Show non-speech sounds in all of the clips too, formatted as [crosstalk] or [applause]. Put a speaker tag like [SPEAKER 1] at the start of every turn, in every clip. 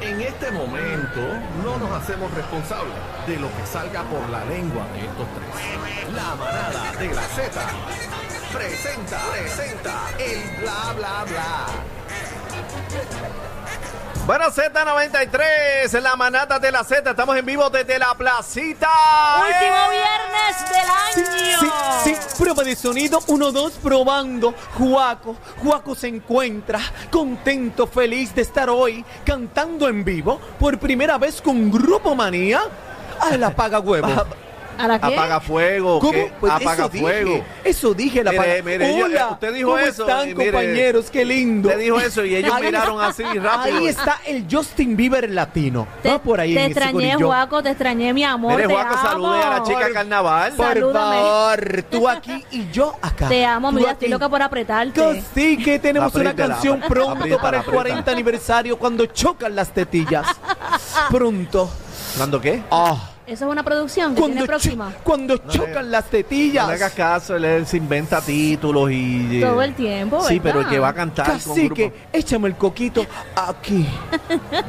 [SPEAKER 1] En este momento no nos hacemos responsables de lo que salga por la lengua de estos tres. La manada de la Z presenta, presenta el bla bla bla.
[SPEAKER 2] Bueno, Z93, la manada de la Z, estamos en vivo desde la placita. ¡Eh!
[SPEAKER 3] Último viernes del
[SPEAKER 4] Sí,
[SPEAKER 3] año.
[SPEAKER 4] sí, sí, prueba de sonido, uno, dos, probando. Juaco, Juaco se encuentra contento, feliz de estar hoy cantando en vivo por primera vez con Grupo Manía a la
[SPEAKER 2] [laughs]
[SPEAKER 4] Paga Huevo.
[SPEAKER 3] ¿A la qué?
[SPEAKER 2] Apaga fuego, ¿qué?
[SPEAKER 4] Pues
[SPEAKER 2] Ah, apaga
[SPEAKER 4] eso dije,
[SPEAKER 2] fuego.
[SPEAKER 4] eso dije, la
[SPEAKER 2] Mire,
[SPEAKER 4] Paga
[SPEAKER 2] mire, yo-
[SPEAKER 4] Hola,
[SPEAKER 2] eh, usted dijo
[SPEAKER 4] ¿cómo
[SPEAKER 2] eso,
[SPEAKER 4] están,
[SPEAKER 2] y mire,
[SPEAKER 4] compañeros? Qué lindo.
[SPEAKER 2] Usted dijo eso y ellos
[SPEAKER 4] Ahí-
[SPEAKER 2] miraron así rápido.
[SPEAKER 4] Ahí está el Justin Bieber latino.
[SPEAKER 3] Te,
[SPEAKER 4] Va por ahí
[SPEAKER 3] te
[SPEAKER 4] en ese
[SPEAKER 3] extrañé,
[SPEAKER 4] corillo.
[SPEAKER 3] Juaco, te extrañé, mi amor.
[SPEAKER 2] Mire,
[SPEAKER 3] te
[SPEAKER 2] Juaco,
[SPEAKER 3] amo.
[SPEAKER 2] salude a la chica carnaval.
[SPEAKER 4] Por
[SPEAKER 3] Salúdame.
[SPEAKER 4] favor, tú aquí y yo acá.
[SPEAKER 3] Te amo,
[SPEAKER 4] Tú
[SPEAKER 3] mi vida,
[SPEAKER 4] aquí.
[SPEAKER 3] estoy loca por apretarte.
[SPEAKER 4] Sí, que tenemos
[SPEAKER 2] Apriétala,
[SPEAKER 4] una canción
[SPEAKER 2] apri-
[SPEAKER 4] pronto
[SPEAKER 2] apriétala,
[SPEAKER 4] para el
[SPEAKER 2] apriétala.
[SPEAKER 4] 40 aniversario cuando chocan las tetillas. pronto.
[SPEAKER 2] ¿Cuándo qué?
[SPEAKER 4] Ah,
[SPEAKER 3] Eso es una producción que
[SPEAKER 4] cuando,
[SPEAKER 3] tiene próxima.
[SPEAKER 4] cho- cuando
[SPEAKER 2] No le-
[SPEAKER 4] chocan las
[SPEAKER 2] No le hagas
[SPEAKER 4] tetillas.
[SPEAKER 2] caso, él, él se inventa títulos y... eh,
[SPEAKER 3] Todo el tiempo,
[SPEAKER 2] Sí,
[SPEAKER 3] ¿verdad?
[SPEAKER 2] pero el que va a cantar con
[SPEAKER 4] Casi que
[SPEAKER 2] grupo...
[SPEAKER 4] échame el coquito aquí,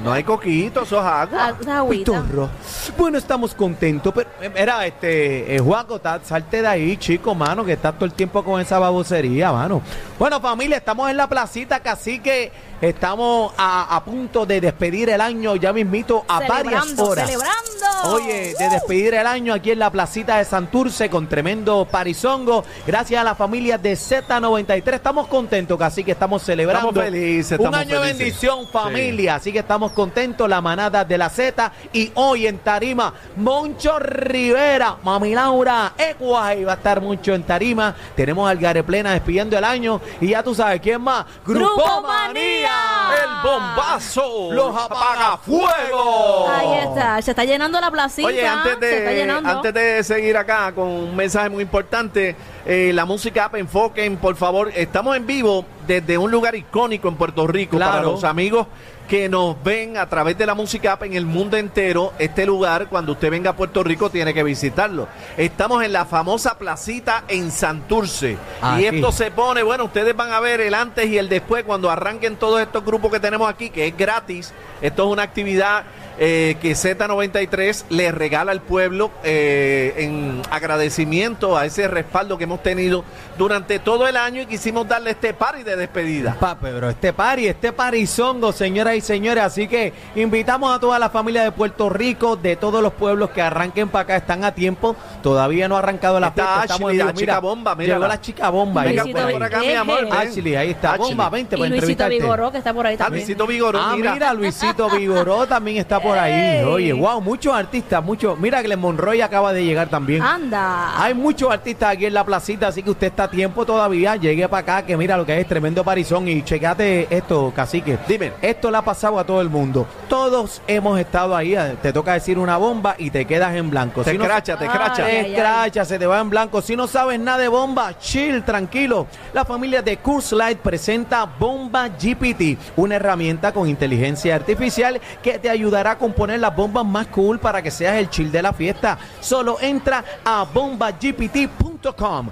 [SPEAKER 2] No hay coquito, sos agua.
[SPEAKER 3] Ah, esa agüita.
[SPEAKER 4] pitorro. Bueno, estamos contentos, pero eh, mira, este, eh, Juaco, ta- salte de ahí, chico, mano, que estás todo el tiempo con esa babosería, mano. Bueno, familia, estamos en la placita, casi que estamos a, a punto de despedir el año, ya mismito, a varias
[SPEAKER 3] Celebrando,
[SPEAKER 4] horas.
[SPEAKER 3] Celebrando.
[SPEAKER 4] Oye, de despedir el año aquí en la placita de Santurce con tremendo parizongo. Gracias a la familia de Z93. Estamos contentos, así que estamos celebrando.
[SPEAKER 2] Estamos felices, estamos
[SPEAKER 4] Un año de
[SPEAKER 2] felices.
[SPEAKER 4] bendición,
[SPEAKER 2] Sí.
[SPEAKER 4] familia. Así que estamos contentos, la manada de la Z. Y hoy en Tarima, Moncho Rivera, Mami Laura, Ecuay. Va a estar mucho en Tarima. Tenemos al Gareplena despidiendo el año. Y ya tú sabes quién más.
[SPEAKER 3] Grupo Manía.
[SPEAKER 2] El bombazo.
[SPEAKER 4] Los
[SPEAKER 2] apagafuegos.
[SPEAKER 3] Ahí está, se está llenando la placita.
[SPEAKER 2] Oh. Oye, antes
[SPEAKER 3] se está
[SPEAKER 2] de,
[SPEAKER 3] llenando.
[SPEAKER 2] antes de seguir acá con un mensaje muy importante, eh, la música app, enfoquen, por favor. Estamos en vivo desde un lugar icónico en Puerto Rico para
[SPEAKER 4] Claro.
[SPEAKER 2] los amigos que nos ven a través de la música app en el mundo entero. Este lugar, cuando usted venga a Puerto Rico, tiene que visitarlo. Estamos en la famosa placita en Santurce. Y
[SPEAKER 4] Aquí.
[SPEAKER 2] esto se pone, bueno, ustedes van a ver el antes y el después cuando arranquen todos estos grupos que tenemos aquí, que es gratis. Esto es una actividad eh, que Z93 le regala al pueblo eh, en agradecimiento a ese respaldo que hemos tenido durante todo el año y quisimos darle este party de despedida.
[SPEAKER 4] Pape, bro, este party, este parizongo, señoras y señores. Así que invitamos a toda la familia de Puerto Rico, de todos los pueblos que arranquen para acá, están a tiempo. Todavía no ha arrancado la
[SPEAKER 2] Este, Está
[SPEAKER 4] fiesta.
[SPEAKER 2] Ashley,
[SPEAKER 4] en vivo.
[SPEAKER 2] la chica bomba, mírala.
[SPEAKER 4] Llegó la chica bomba. ahí,
[SPEAKER 2] Venga
[SPEAKER 3] Luisito
[SPEAKER 4] por ahí.
[SPEAKER 2] por acá, mi amor. ven.
[SPEAKER 4] Ashley, ahí está.
[SPEAKER 2] Ashley.
[SPEAKER 4] Bomba, vente para
[SPEAKER 3] y Luisito
[SPEAKER 4] entrevistarte.
[SPEAKER 3] Vigoró, que está por ahí
[SPEAKER 2] Ah,
[SPEAKER 3] también.
[SPEAKER 2] Luisito Vigorón,
[SPEAKER 4] Ah,
[SPEAKER 2] mira.
[SPEAKER 4] mira, Luisito Vigoró también está por ahí.
[SPEAKER 3] Ey.
[SPEAKER 4] Oye, wow, muchos artistas, muchos. Mira, Glen Monroy acaba de llegar
[SPEAKER 3] Ah,
[SPEAKER 4] también.
[SPEAKER 3] Anda.
[SPEAKER 2] Ah.
[SPEAKER 4] Hay muchos artistas aquí en la placita, así que usted está a tiempo todavía. Llegue para acá, que mira lo que es tremendo parizón. Y checate esto, cacique.
[SPEAKER 2] Dime.
[SPEAKER 4] Esto le ha pasado a todo el mundo. Todos hemos estado ahí. eh, Te toca decir una bomba y te quedas en blanco.
[SPEAKER 2] Te
[SPEAKER 4] Si no-
[SPEAKER 2] escracha, te
[SPEAKER 3] Ah,
[SPEAKER 2] escracha.
[SPEAKER 3] ya.
[SPEAKER 4] te escracha, se te va en blanco. Si no sabes nada de bomba, chill, tranquilo. La familia de Curse Light presenta Bomba GPT, una herramienta con inteligencia artificial que te ayudará a componer las bombas más cool para que seas el chill de la fiesta. Solo entra a bombagpt.com.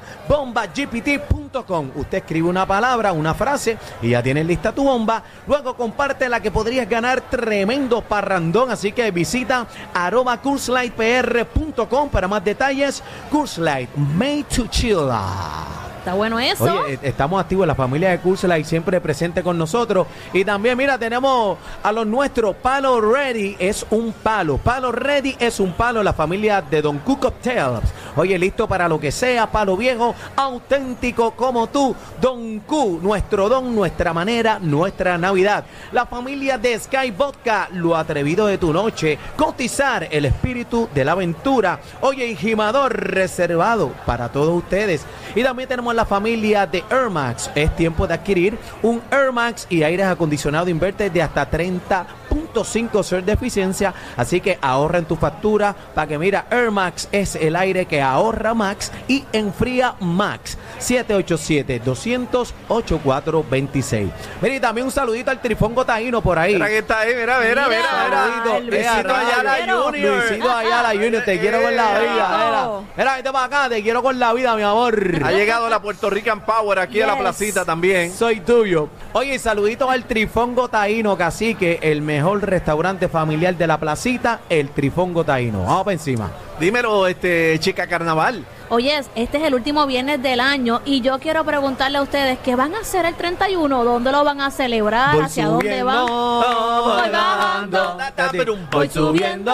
[SPEAKER 4] Bombagpt.com. Usted escribe una palabra, una frase y ya tienes lista tu bomba. Luego comparte la que podrías ganar tremendo parrandón. Así que visita arroba curselightpr.com para más detalles. Curslight, made to chill.
[SPEAKER 3] Está bueno eso.
[SPEAKER 4] Oye, eh, estamos activos, la familia de Curslight siempre presente con nosotros. Y también, mira, tenemos a los nuestros. Palo Ready es un palo. Palo Ready es un palo. La familia de Don Cook Cocktails. Oye, listo para lo que sea, palo viejo, auténtico como tú. Don Q, nuestro don, nuestra manera, nuestra Navidad. La familia de Sky Vodka, lo atrevido de tu noche. Cotizar el espíritu de la aventura. Oye, Ingimador, reservado para todos ustedes. Y también tenemos la familia de Air Max. Es tiempo de adquirir un Air Max y aires acondicionado inverter de hasta 30.5 ser de eficiencia. Así que ahorra en tu factura para que mira, Air Max es el aire que ahorra Max y enfría Max. 787-200-8426. Mira, y también un saludito al Trifongo Taíno por ahí.
[SPEAKER 2] Mira que está ahí, mira, mira, mira. mira,
[SPEAKER 4] Saludito,
[SPEAKER 3] Ay, Luisito
[SPEAKER 4] eh, a
[SPEAKER 3] Ayala
[SPEAKER 4] rayos.
[SPEAKER 2] Junior.
[SPEAKER 4] Luisito Ayala Junior, te quiero con la vida.
[SPEAKER 3] Oh.
[SPEAKER 4] Mira, mira, vete para acá, te quiero con la vida, mi amor.
[SPEAKER 2] Ha llegado la Puerto Rican Power aquí a la
[SPEAKER 3] Yes.
[SPEAKER 2] placita también.
[SPEAKER 4] Soy tuyo. Oye, saluditos al Trifongo Taíno, cacique, el mejor restaurante familiar de la placita, el Trifongo Taíno. Vamos para encima.
[SPEAKER 2] Dímelo, este, chica carnaval.
[SPEAKER 3] Oye, este es el último viernes del año y yo quiero preguntarle a ustedes qué van a hacer el 31, dónde lo van a celebrar, Ah, hacia dónde van.
[SPEAKER 4] voy
[SPEAKER 3] bajando.
[SPEAKER 4] Voy subiendo,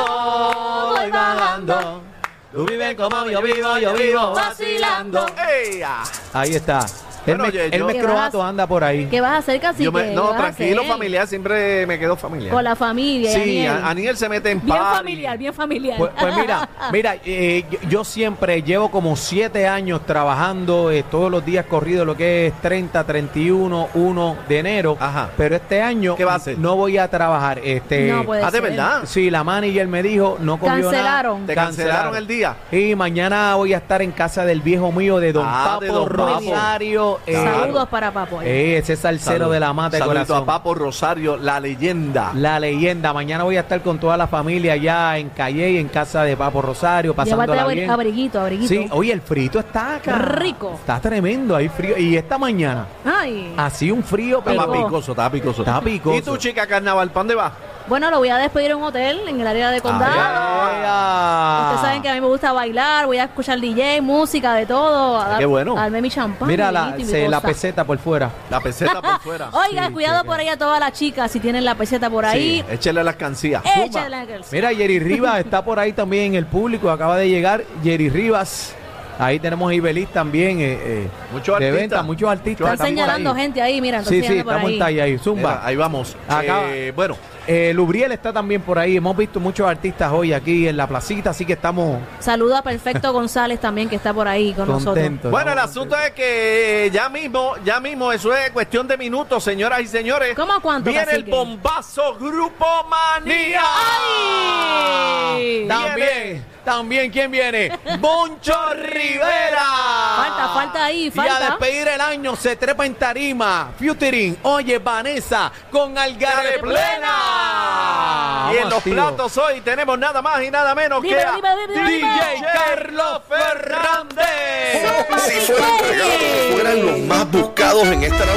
[SPEAKER 4] voy bajando. Tú vives como yo vivo, yo vivo vacilando.
[SPEAKER 2] ¡Ey!
[SPEAKER 4] Ahí está. El,
[SPEAKER 2] Bueno,
[SPEAKER 4] me-
[SPEAKER 2] oye,
[SPEAKER 4] el
[SPEAKER 2] yo-
[SPEAKER 4] mezcroato anda por ahí.
[SPEAKER 3] ¿Qué vas a hacer, casi
[SPEAKER 2] Yo me- no, tranquilo, familiar, siempre me quedo familiar.
[SPEAKER 3] Con la familia.
[SPEAKER 2] Sí,
[SPEAKER 3] Daniel.
[SPEAKER 2] a- Aniel se mete en
[SPEAKER 3] Bien
[SPEAKER 2] party.
[SPEAKER 3] familiar, bien familiar.
[SPEAKER 4] Pues, pues mira, mira, eh, yo- yo siempre llevo como siete años trabajando eh, todos los días corridos, lo que es 30, 31, 1 de enero.
[SPEAKER 2] Ajá.
[SPEAKER 4] Pero este año
[SPEAKER 2] ¿Qué va a hacer?
[SPEAKER 4] no voy a trabajar. Este,
[SPEAKER 3] [laughs] No puede
[SPEAKER 2] Ah, de
[SPEAKER 3] ser.
[SPEAKER 2] verdad.
[SPEAKER 4] Sí, la manager me dijo, no cogió
[SPEAKER 3] Cancelaron.
[SPEAKER 4] nada.
[SPEAKER 2] Te cancelaron el día.
[SPEAKER 4] Y mañana voy a estar en casa del viejo mío, de Don
[SPEAKER 2] Ah,
[SPEAKER 4] Papo
[SPEAKER 2] de Don Papo.
[SPEAKER 4] Rosario. eh,
[SPEAKER 3] Saludos para Papo.
[SPEAKER 4] eh, ese salsero
[SPEAKER 2] Salud.
[SPEAKER 4] de la mata de
[SPEAKER 2] Saludito
[SPEAKER 4] corazón.
[SPEAKER 2] a Papo Rosario, la leyenda.
[SPEAKER 4] La leyenda. Mañana voy a estar con toda la familia allá en Calle y en casa de Papo Rosario,
[SPEAKER 3] Llévate
[SPEAKER 4] pasándola
[SPEAKER 3] abri-
[SPEAKER 4] bien.
[SPEAKER 3] abriguito, abriguito.
[SPEAKER 4] Sí,
[SPEAKER 2] oh.
[SPEAKER 4] oye, el frito está acá.
[SPEAKER 3] Rico.
[SPEAKER 4] Está tremendo, hay frío. Y esta mañana,
[SPEAKER 3] Ay.
[SPEAKER 2] Ah.
[SPEAKER 4] así un frío, pero...
[SPEAKER 2] Estaba
[SPEAKER 3] Picó.
[SPEAKER 2] picoso, estaba picoso.
[SPEAKER 4] Estaba picoso.
[SPEAKER 2] ¿Y tú, chica carnaval, para dónde vas?
[SPEAKER 3] Bueno, lo voy a despedir en un hotel en el área
[SPEAKER 2] Ah,
[SPEAKER 3] de condado.
[SPEAKER 4] Ay, ay.
[SPEAKER 3] Ustedes saben que a mí me gusta bailar, voy a escuchar DJ, música, de todo. A
[SPEAKER 2] Ah, qué bueno.
[SPEAKER 3] a darme mi champán.
[SPEAKER 4] Mira
[SPEAKER 3] mi
[SPEAKER 4] la,
[SPEAKER 3] vinito y mi
[SPEAKER 4] se- la
[SPEAKER 3] cosa.
[SPEAKER 4] peseta por fuera.
[SPEAKER 2] La peseta Ah,
[SPEAKER 3] [laughs]
[SPEAKER 2] por fuera.
[SPEAKER 3] Oiga,
[SPEAKER 4] Sí,
[SPEAKER 3] cuidado
[SPEAKER 4] sí,
[SPEAKER 3] por
[SPEAKER 4] sí.
[SPEAKER 3] ahí a todas las chicas si tienen la peseta por ahí. Eh.
[SPEAKER 2] Sí, échale las cancillas.
[SPEAKER 3] Échala, girls.
[SPEAKER 4] Mira,
[SPEAKER 3] [laughs]
[SPEAKER 4] Jerry Rivas está por ahí también en el público, acaba de llegar Jerry Rivas. Ahí tenemos a Ibelis también. eh, eh,
[SPEAKER 2] Muchos
[SPEAKER 4] de
[SPEAKER 2] artistas.
[SPEAKER 4] venta, muchos artistas.
[SPEAKER 3] Están
[SPEAKER 4] por
[SPEAKER 3] señalando
[SPEAKER 4] ahí.
[SPEAKER 3] gente ahí, mira,
[SPEAKER 4] Sí,
[SPEAKER 3] entonces
[SPEAKER 4] sí,
[SPEAKER 3] por
[SPEAKER 4] estamos
[SPEAKER 3] ahí.
[SPEAKER 4] en talla ahí. Zumba.
[SPEAKER 2] Mira, ahí vamos.
[SPEAKER 4] Acaba.
[SPEAKER 2] Eh, bueno,
[SPEAKER 4] Eh, Lubriel está también por ahí. Hemos visto muchos artistas hoy aquí en la placita, así que estamos
[SPEAKER 3] Saluda a Perfecto González también que está por ahí con
[SPEAKER 4] contentos.
[SPEAKER 2] bueno, el
[SPEAKER 4] estamos
[SPEAKER 2] asunto es que ya mismo, ya mismo, eso es cuestión de minutos, señoras y señores.
[SPEAKER 3] ¿Cómo cuánto,
[SPEAKER 2] Viene el
[SPEAKER 3] cacique?
[SPEAKER 2] bombazo Grupo Manía.
[SPEAKER 3] nosotros.
[SPEAKER 2] Da-
[SPEAKER 4] También, también, ¿quién viene? Moncho
[SPEAKER 3] [laughs]
[SPEAKER 4] Rivera.
[SPEAKER 3] Falta, falta ahí,
[SPEAKER 4] Y a
[SPEAKER 3] falta.
[SPEAKER 4] despedir el año se trepa en tarima. Futuring, oye, Vanessa, con Algarve
[SPEAKER 2] Dale plena.
[SPEAKER 4] Plena.
[SPEAKER 2] Y en los
[SPEAKER 4] Vamos, tío.
[SPEAKER 2] platos hoy tenemos nada más y nada menos
[SPEAKER 3] Dímelo,
[SPEAKER 2] que a
[SPEAKER 3] dímelo, dímelo, dímelo.
[SPEAKER 4] DJ Carlos Fernández.
[SPEAKER 5] Si fueran regalos, fueran los más buscados en esta Navidad.